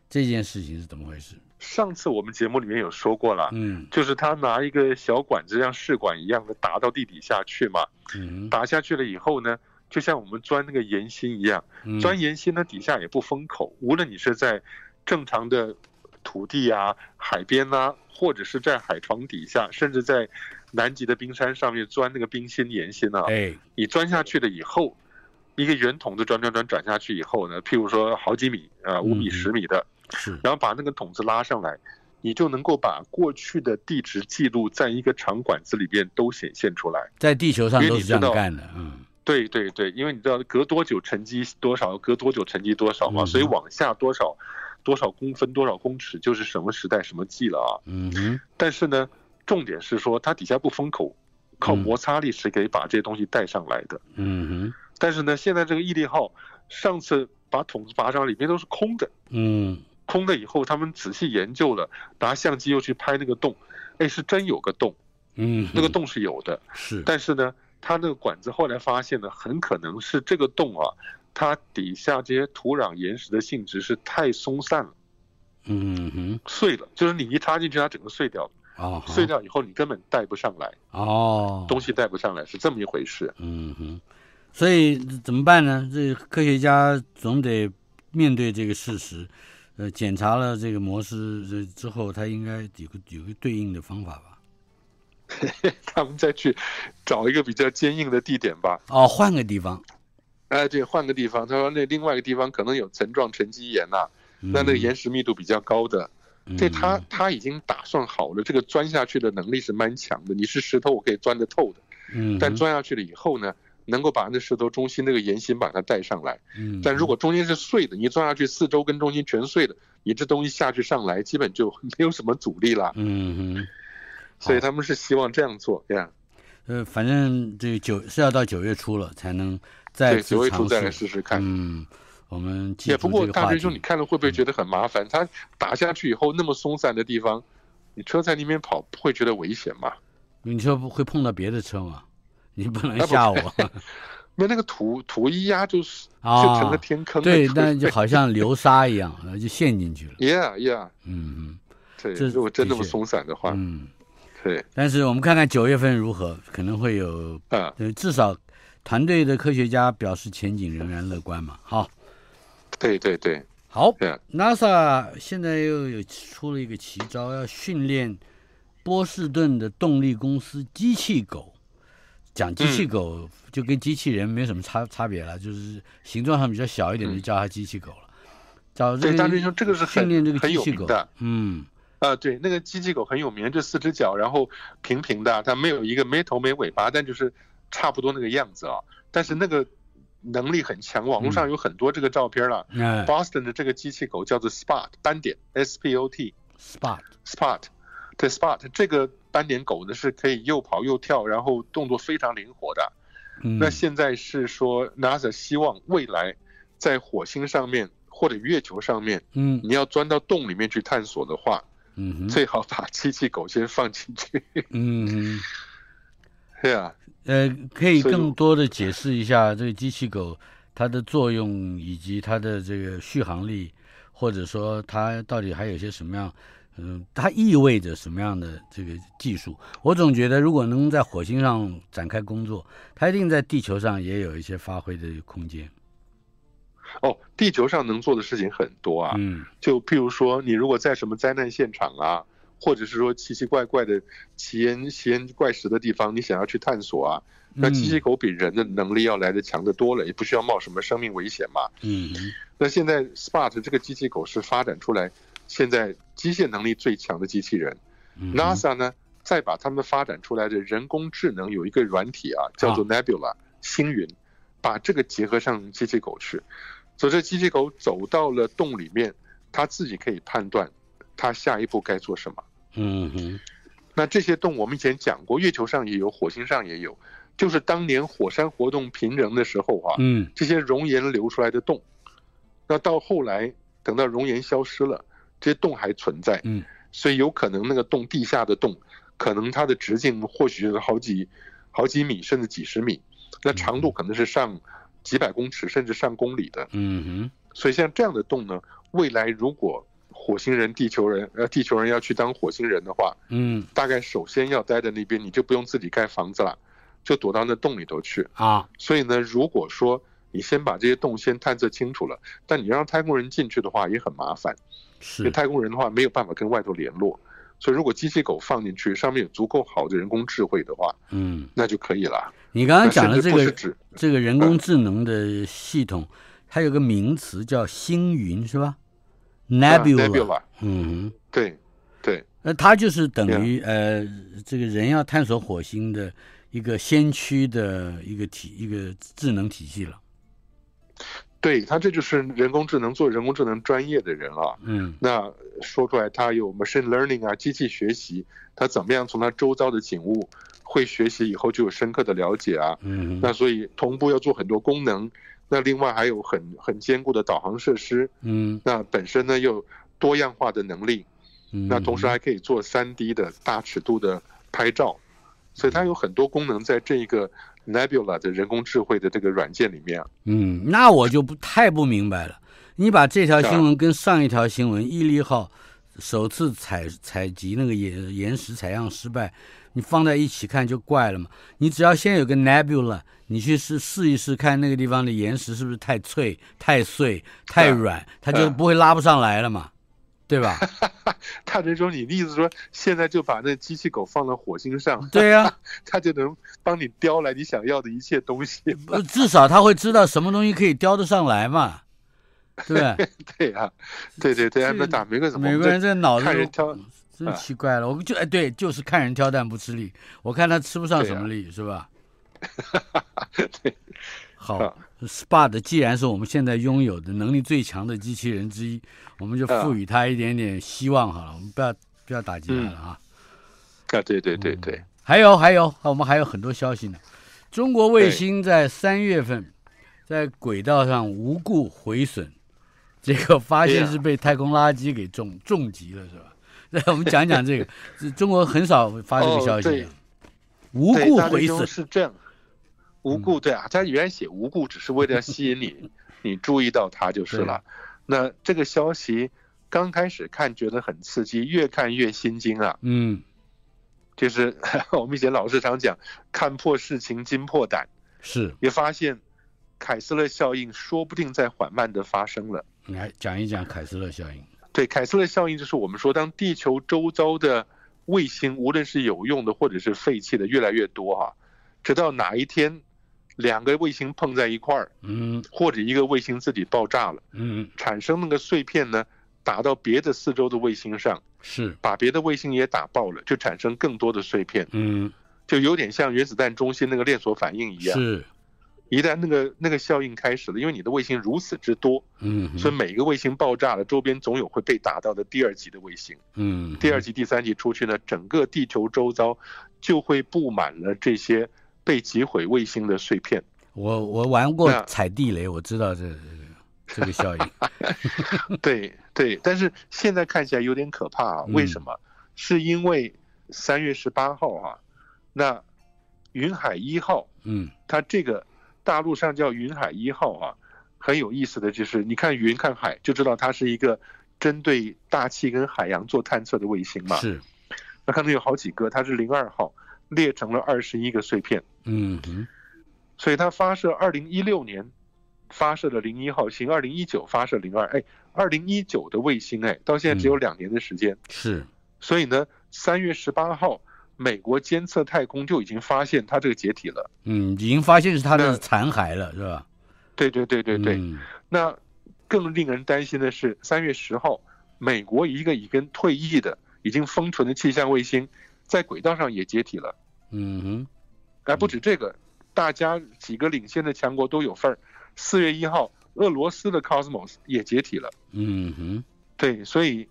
B: 这件事情是怎么回事？
C: 上次我们节目里面有说过了，
B: 嗯
C: 就是他拿一个小管子，像试管一样的打到地底下去嘛，
B: 嗯
C: 打下去了以后呢，就像我们钻那个岩心一样，
B: 嗯
C: 钻岩心呢底下也不封口，无论你是在正常的土地啊、海边呐、或者是在海床底下，甚至在南极的冰山上面钻那个冰心岩心啊，
B: 哎
C: 你钻下去了以后，一个圆筒子转转转转下去以后呢，譬如说好几米啊，五、米、
B: 嗯
C: 十米的，
B: 是
C: 然后把那个筒子拉上来，你就能够把过去的地质记录在一个长管子里边都显现出来。
B: 在地球上
C: 因为
B: 都
C: 你
B: 是这样
C: 知道
B: 干的，嗯
C: 对对对，因为你知道隔多久沉积多少，隔多久沉积多少嘛，
B: 嗯
C: 所以往下多少多少公分、多少公尺就是什么时代什么纪了啊。
B: 嗯哼
C: 但是呢，重点是说它底下不封口，靠
B: 嗯
C: 摩擦力是可以把这些东西带上来的。
B: 嗯哼
C: 但是呢，现在这个毅力号上次把筒子拔上来，里面都是空的，
B: 嗯
C: 空了以后，他们仔细研究了，拿相机又去拍那个洞，哎，是真有个洞，
B: 嗯哼，
C: 那个洞是有的，
B: 是
C: 但是呢，它那个管子后来发现呢，很可能是这个洞啊，它底下这些土壤岩石的性质是太松散了，
B: 嗯哼
C: 碎了，就是你一插进去，它整个碎掉了，
B: 哦好
C: 碎掉以后你根本带不上来，
B: 哦
C: 东西带不上来，是这么一回事。
B: 嗯哼，所以怎么办呢？这科学家总得面对这个事实。呃，检查了这个模式呃之后，他应该有个有个对应的方法吧？
C: 他们再去找一个比较坚硬的地点吧，
B: 哦，换个地方。
C: 哎，对，换个地方。他说那另外一个地方可能有层状沉积岩呐、
B: 嗯
C: 那那个岩石密度比较高的。这
B: 嗯
C: 他他已经打算好了，这个钻下去的能力是蛮强的。你是石头，我可以钻得透的。
B: 嗯哼，
C: 但钻下去了以后呢，能够把那石头中心那个岩心把它带上来。
B: 嗯，
C: 但如果中间是碎的，你一钻下去四周跟中心全碎的，你这东西下去上来基本就没有什么阻力了。
B: 嗯哼，
C: 所以他们是希望这样做呀。
B: 呃，反正这九是要到九月初了才能再
C: 对，
B: 次
C: 九位
B: 尝
C: 出再来
B: 试。
C: 试试看。
B: 嗯，我们记
C: 也
B: 住
C: 不过
B: 这个
C: 大
B: 话
C: 师
B: 题嗯
C: 兄，你看了会不会觉得很麻烦？它打下去以后那么松散的地方，你车在那边跑不会觉得危险吗？
B: 你说不会碰到别的车吗？ <laughs> 你不能吓我
C: 啊 <laughs>
B: <laughs>
C: 那那个土土一压就是
B: 啊！
C: 就成了天坑了。
B: 对，那就好像流沙一样， <laughs> 呃就陷进去了。
C: yeah yeah，
B: 嗯
C: 对，
B: 这
C: 如果真那么
B: 的确
C: 松散的话，
B: 嗯嗯。
C: 对
B: 但是我们看看九月份如何，可能会有，
C: 啊，
B: 呃，至少团队的科学家表示前景仍然乐观嘛。好，
C: 对对对
B: 好
C: 对啊
B: ，NASA 现在又有出了一个奇招，要训练波士顿的动力公司机器狗。讲机
C: 嗯
B: 器狗就跟机器人没什么差差别了，就是形状上比较小一点，
C: 嗯
B: 就叫它机器狗了。找这
C: 对，
B: 个
C: 大师兄这个是
B: 训
C: 很
B: 练这个
C: 很
B: 机
C: 有
B: 器
C: 名
B: 狗
C: 的，
B: 嗯
C: 啊，对，那个机器狗很有名，就四只脚，然后平平的，它没有一个没头没尾巴，但就是差不多那个样子啊。但是那个能力很强，网络上有很多这个照片了。
B: 嗯哎
C: Boston 的这个机器狗叫做 Spot 斑点 S P O T
B: ，Spot，
C: Spot，对 Spot 这个斑点狗呢是可以又跑又跳，然后动作非常灵活的。
B: 嗯，
C: 那现在是说 NASA 希望未来在火星上面或者月球上面，
B: 嗯
C: 你要钻到洞里面去探索的话，
B: 嗯哼
C: 最好把机器狗先放进去。
B: 嗯哼。
C: 对啊，
B: 呃，可以
C: 所以
B: 更
C: 我
B: 多的解释一下这个机器狗它的作用以及它的这个续航力，或者说它到底还有些什么样，嗯、它意味着什么样的这个技术？我总觉得如果能在火星上展开工作，它一定在地球上也有一些发挥的空间。
C: 哦，地球上能做的事情很多啊，
B: 嗯
C: 就譬如说，你如果在什么灾难现场啊，或者是说奇奇怪怪的奇岩奇岩怪石的地方，你想要去探索啊，那
B: 嗯
C: 机器狗比人的能力要来的强得多了，也不需要冒什么生命危险嘛。
B: 嗯哼
C: 那现在 Spot 这个机器狗是发展出来现在机械能力最强的机器人
B: 嗯哼
C: ，NASA 呢再把他们发展出来的人工智能有一个软体啊，叫做 Nebula 星云，把这个结合上机器狗去，所以这机器狗走到了洞里面，它自己可以判断它下一步该做什么。
B: 嗯哼
C: 那这些洞我们以前讲过，月球上也有，火星上也有，就是当年火山活动频仍的时候啊，
B: 嗯
C: 这些熔岩流出来的洞，那到后来，等到熔岩消失了，这些洞还存在，
B: 嗯，
C: 所以有可能那个洞地下的洞，可能它的直径或许是好几好几米，甚至几十米，那长度可能是上几百公尺，甚至上公里的。
B: 嗯
C: 所以像这样的洞呢，未来如果火星人、地球人，呃，地球人要去当火星人的话，
B: 哼，嗯
C: 大概首先要待在那边，你就不用自己盖房子了，就躲到那洞里头去。
B: 啊，
C: 所以呢，如果说你先把这些洞先探测清楚了，但你让太空人进去的话也很麻烦，因
B: 是，
C: 为太空人的话没有办法跟外头联络。所以如果机器狗放进去，上面有足够好的人工智慧的话，
B: 嗯，
C: 那就可以了。
B: 你刚刚讲
C: 那
B: 的这
C: 甚至不是
B: 个
C: 指
B: 这个人工智能的系统，它有个名词叫星云，是吧
C: 啊
B: ？Nebula，
C: nebula，
B: 嗯哼，
C: 对，对，
B: 那它就是等于呃，这个人要探索火星的一个先驱的一个体一个智能体系了，
C: 对，它这就是人工智能做人工智能专业的人啊，
B: 嗯
C: 那说出来，它有 machine learning 啊，机器学习，它怎么样从它周遭的景物会学习以后就有深刻的了解啊。
B: 嗯哼
C: 那所以同步要做很多功能，那另外还有很很坚固的导航设施，
B: 嗯
C: 那本身呢又有多样化的能力，
B: 嗯，
C: 那同时还可以做 3D 的大尺度的拍照，所以它有很多功能在这一个 Nebula 的人工智慧的这个软件里面啊。 <laughs>
B: 嗯，那我就不太不明白了。你把这条
C: 是啊
B: 新闻跟上一条新闻“毅力号”首次采采集那个岩岩石采样失败，你放在一起看就怪了嘛。你只要先有个 nebula，你去试试一试看那个地方的岩石是不是太脆、太碎、太
C: 是啊
B: 软，它
C: 是
B: 就
C: 啊
B: 不会拉不上来了嘛，对吧？
C: 他这种你的意思说，现在就把那机器狗放到火星上，
B: 对
C: <laughs>
B: 呀、
C: 它就能帮你叼来你想要的一切东西。
B: 不至少他会知道什么东西可以叼得上来嘛，对不对？
C: 对啊，对对对，
B: 这
C: 安德打玫瑰怎么？
B: 美国人这脑
C: <laughs> 我
B: 子
C: 们这看
B: 都
C: 人挑，
B: 真奇怪了，我就哎对，就是看人挑担不吃力，我看他吃不上什么力，是吧？
C: 对
B: 好
C: 啊
B: ，SPOT 既然是我们现在拥有的能力最强的机器人之一，我们就
C: 啊
B: 赋予它一点点希望好了，我们不要不要打击它了啊。
C: 啊，对对
B: 嗯
C: 对对，
B: 还有还有，我们还有很多消息呢。中国卫星在三月份在轨道上无故毁损，结果发现是被太空垃圾给重重击了，是吧？ <laughs> 那我们讲讲这个，这中国很少发这个消
C: 哦
B: 息
C: 对
B: 的，无
C: 对
B: 故嗯
C: 大
B: 毁
C: 家都
B: 损，
C: 是这样，无故对啊，他原来写无故只是为了要吸引你， <laughs> 你注意到它就是了。那这个消息刚开始看觉得很刺激，越看越心惊啊。
B: 嗯，
C: 就是 <laughs> 我们以前老师常讲，看破事情惊破胆，
B: 是，
C: 也发现凯斯勒效应说不定在缓慢的发生了。
B: 来讲一讲凯斯勒效应，
C: 对，凯斯勒效应就是我们说，当地球周遭的卫星，无论是有用的或者是废弃的，越来越多哈、直到哪一天，两个卫星碰在一块儿，
B: 嗯
C: 或者一个卫星自己爆炸了，
B: 嗯，
C: 产生那个碎片呢，打到别的四周的卫星上，
B: 是，
C: 把别的卫星也打爆了，就产生更多的碎片，
B: 嗯
C: 就有点像原子弹中心那个链锁反应一样。
B: 是，
C: 一旦那个那个效应开始了，因为你的卫星如此之多，
B: 嗯
C: 所以每一个卫星爆炸了，周边总有会被打到的第二级的卫星。
B: 嗯，
C: 第二，级、第三级出去呢，整个地球周遭就会布满了这些被击毁卫星的碎片。
B: 我我玩过
C: 那
B: 踩地雷，我知道这这个这个效
C: <laughs>
B: 应，
C: 对对，但是现在看起来有点可怕啊！
B: 嗯
C: 为什么？是因为呃三月十八号啊，那云海一号，
B: 嗯
C: 它这个大陆上叫云海一号啊，很有意思的就是，你看云看海就知道它是一个针对大气跟海洋做探测的卫星嘛。
B: 是，
C: 那看到有好几个，它是零二号列成了二十一个碎片。
B: 嗯哼
C: 所以它发射二零一六年发射了零一号星，二零一九发射零二，哎，二零一九的卫星，哎，到现在只有两年的时间。
B: 是。
C: 所以呢，三月十八号，美国监测太空就已经发现它这个解体了。
B: 嗯，已经发现是它的
C: 那
B: 残骸了，是吧？
C: 对对对对对。
B: 嗯
C: 那更令人担心的是，三月十号，美国一个已经退役的、已经封存的气象卫星，在轨道上也解体了。
B: 嗯哼，
C: 哎，不止这个，大家几个领先的强国都有份儿。四月一号，俄罗斯的 Cosmos 也解体了。
B: 嗯哼，
C: 对，所以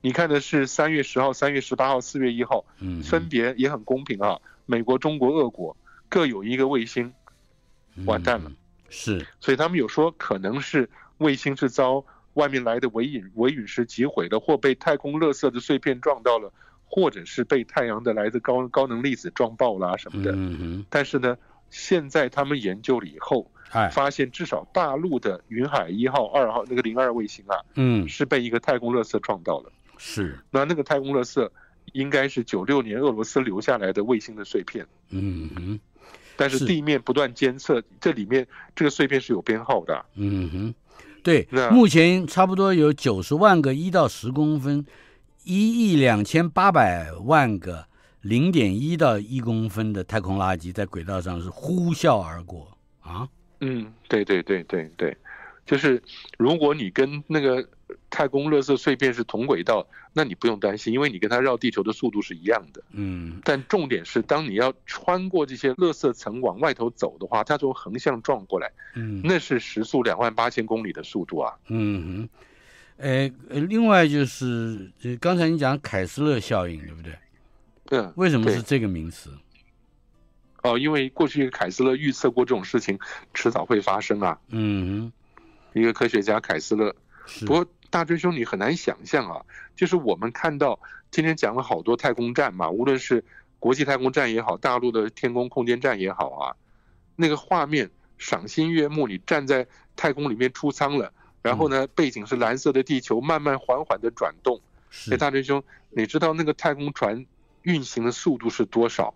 C: 你看的是三月十号、三月十八号、四月一号，
B: 嗯哼，
C: 分别也很公平啊。美国、中国、俄国各有一个卫星，完蛋了
B: 嗯。是，
C: 所以他们有说可能是卫星是遭外面来的微陨微陨石击毁的，或被太空垃圾的碎片撞到了，或者是被太阳的来自高高能粒子撞爆啦、什么的。
B: 嗯
C: 但是呢，现在他们研究了以后，
B: 哼，哎，
C: 发现至少大陆的云海一号、二号那个零二卫星啊，
B: 嗯，
C: 是被一个太空垃圾撞到了。
B: 是，
C: 那那个太空垃圾应该是九六年俄罗斯留下来的卫星的碎片，
B: 嗯哼，
C: 但是
B: 是
C: 地面不断监测，这里面这个碎片是有编号的啊。
B: 嗯哼，对
C: 那，
B: 目前差不多有九十万个一到十公分，一亿两千八百万个零点一到一公分的太空垃圾在轨道上是呼啸而过啊，
C: 嗯，对对对对对，就是如果你跟那个太空垃圾碎片是同轨道，那你不用担心，因为你跟它绕地球的速度是一样的。
B: 嗯，
C: 但重点是，当你要穿过这些垃圾层往外头走的话，它从横向撞过来，
B: 嗯
C: 那是时速两万八千公里的速度啊。
B: 嗯哼，呃，呃另外就是呃，刚才你讲凯斯勒效应对不对？
C: 嗯，
B: 为什么
C: 对
B: 是这个名词？
C: 哦，因为过去凯斯勒预测过这种事情迟早会发生啊。
B: 嗯
C: 一个科学家凯斯勒，
B: 哼，是
C: 不，过大追兄，你很难想象啊，就是我们看到今天讲了好多太空站嘛，无论是国际太空站也好，大陆的天宫空间站也好啊，那个画面赏心悦目，你站在太空里面出舱了。然后呢，背景是蓝色的地球，慢慢缓缓的转动。
B: 是
C: 哎，大追兄，你知道那个太空船运行的速度是多少？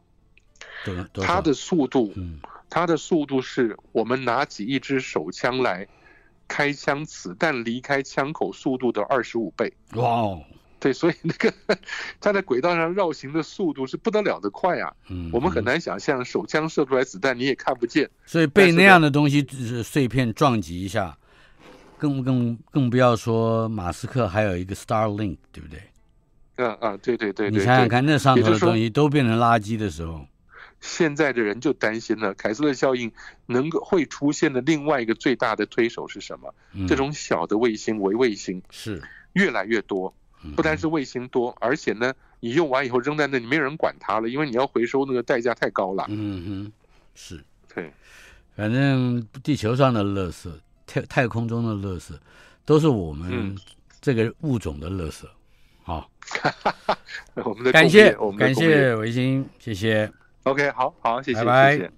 B: 多多
C: 它
B: 少
C: 的速度，
B: 嗯
C: 它的速度是我们拿起一支手枪来开枪，子弹离开枪口速度的二十五倍。
B: 哇哦，
C: 对，所以那个 <laughs> 它在轨道上绕行的速度是不得了的快啊！
B: 嗯，
C: 我们很。难想象手枪射出来子弹你也看不见。
B: 所以被
C: 但是
B: 那
C: 呢
B: 样的东西呃碎片撞击一下，更更更不要说马斯克还有一个 Starlink，对不对？
C: 啊啊，对对对
B: 你
C: 对
B: 想想
C: 对，
B: 看，那上
C: 也
B: 头
C: 就
B: 的
C: 是说
B: 东西都变成垃圾的时候，
C: 现在的人就担心了，凯斯勒效应能够会出现的另外一个最大的推手是什么？
B: 嗯、
C: 这种小的卫星、微卫星
B: 是
C: 越来越多，不单
B: 是
C: 是卫星多，而且呢，你用完以后扔在那里，没人管它了，因为你要回收那个代价太高了。
B: 嗯哼是，
C: 对，
B: 反正地球上的垃圾、太太空中的垃圾，都是我们
C: 嗯
B: 这个物种的垃圾。好，
C: 我们的
B: 感
C: 贡献
B: 谢
C: <laughs> 我们的
B: 感
C: 贡献
B: 谢维新，谢谢。
C: OK，好好，谢谢
B: 拜拜
C: 谢谢。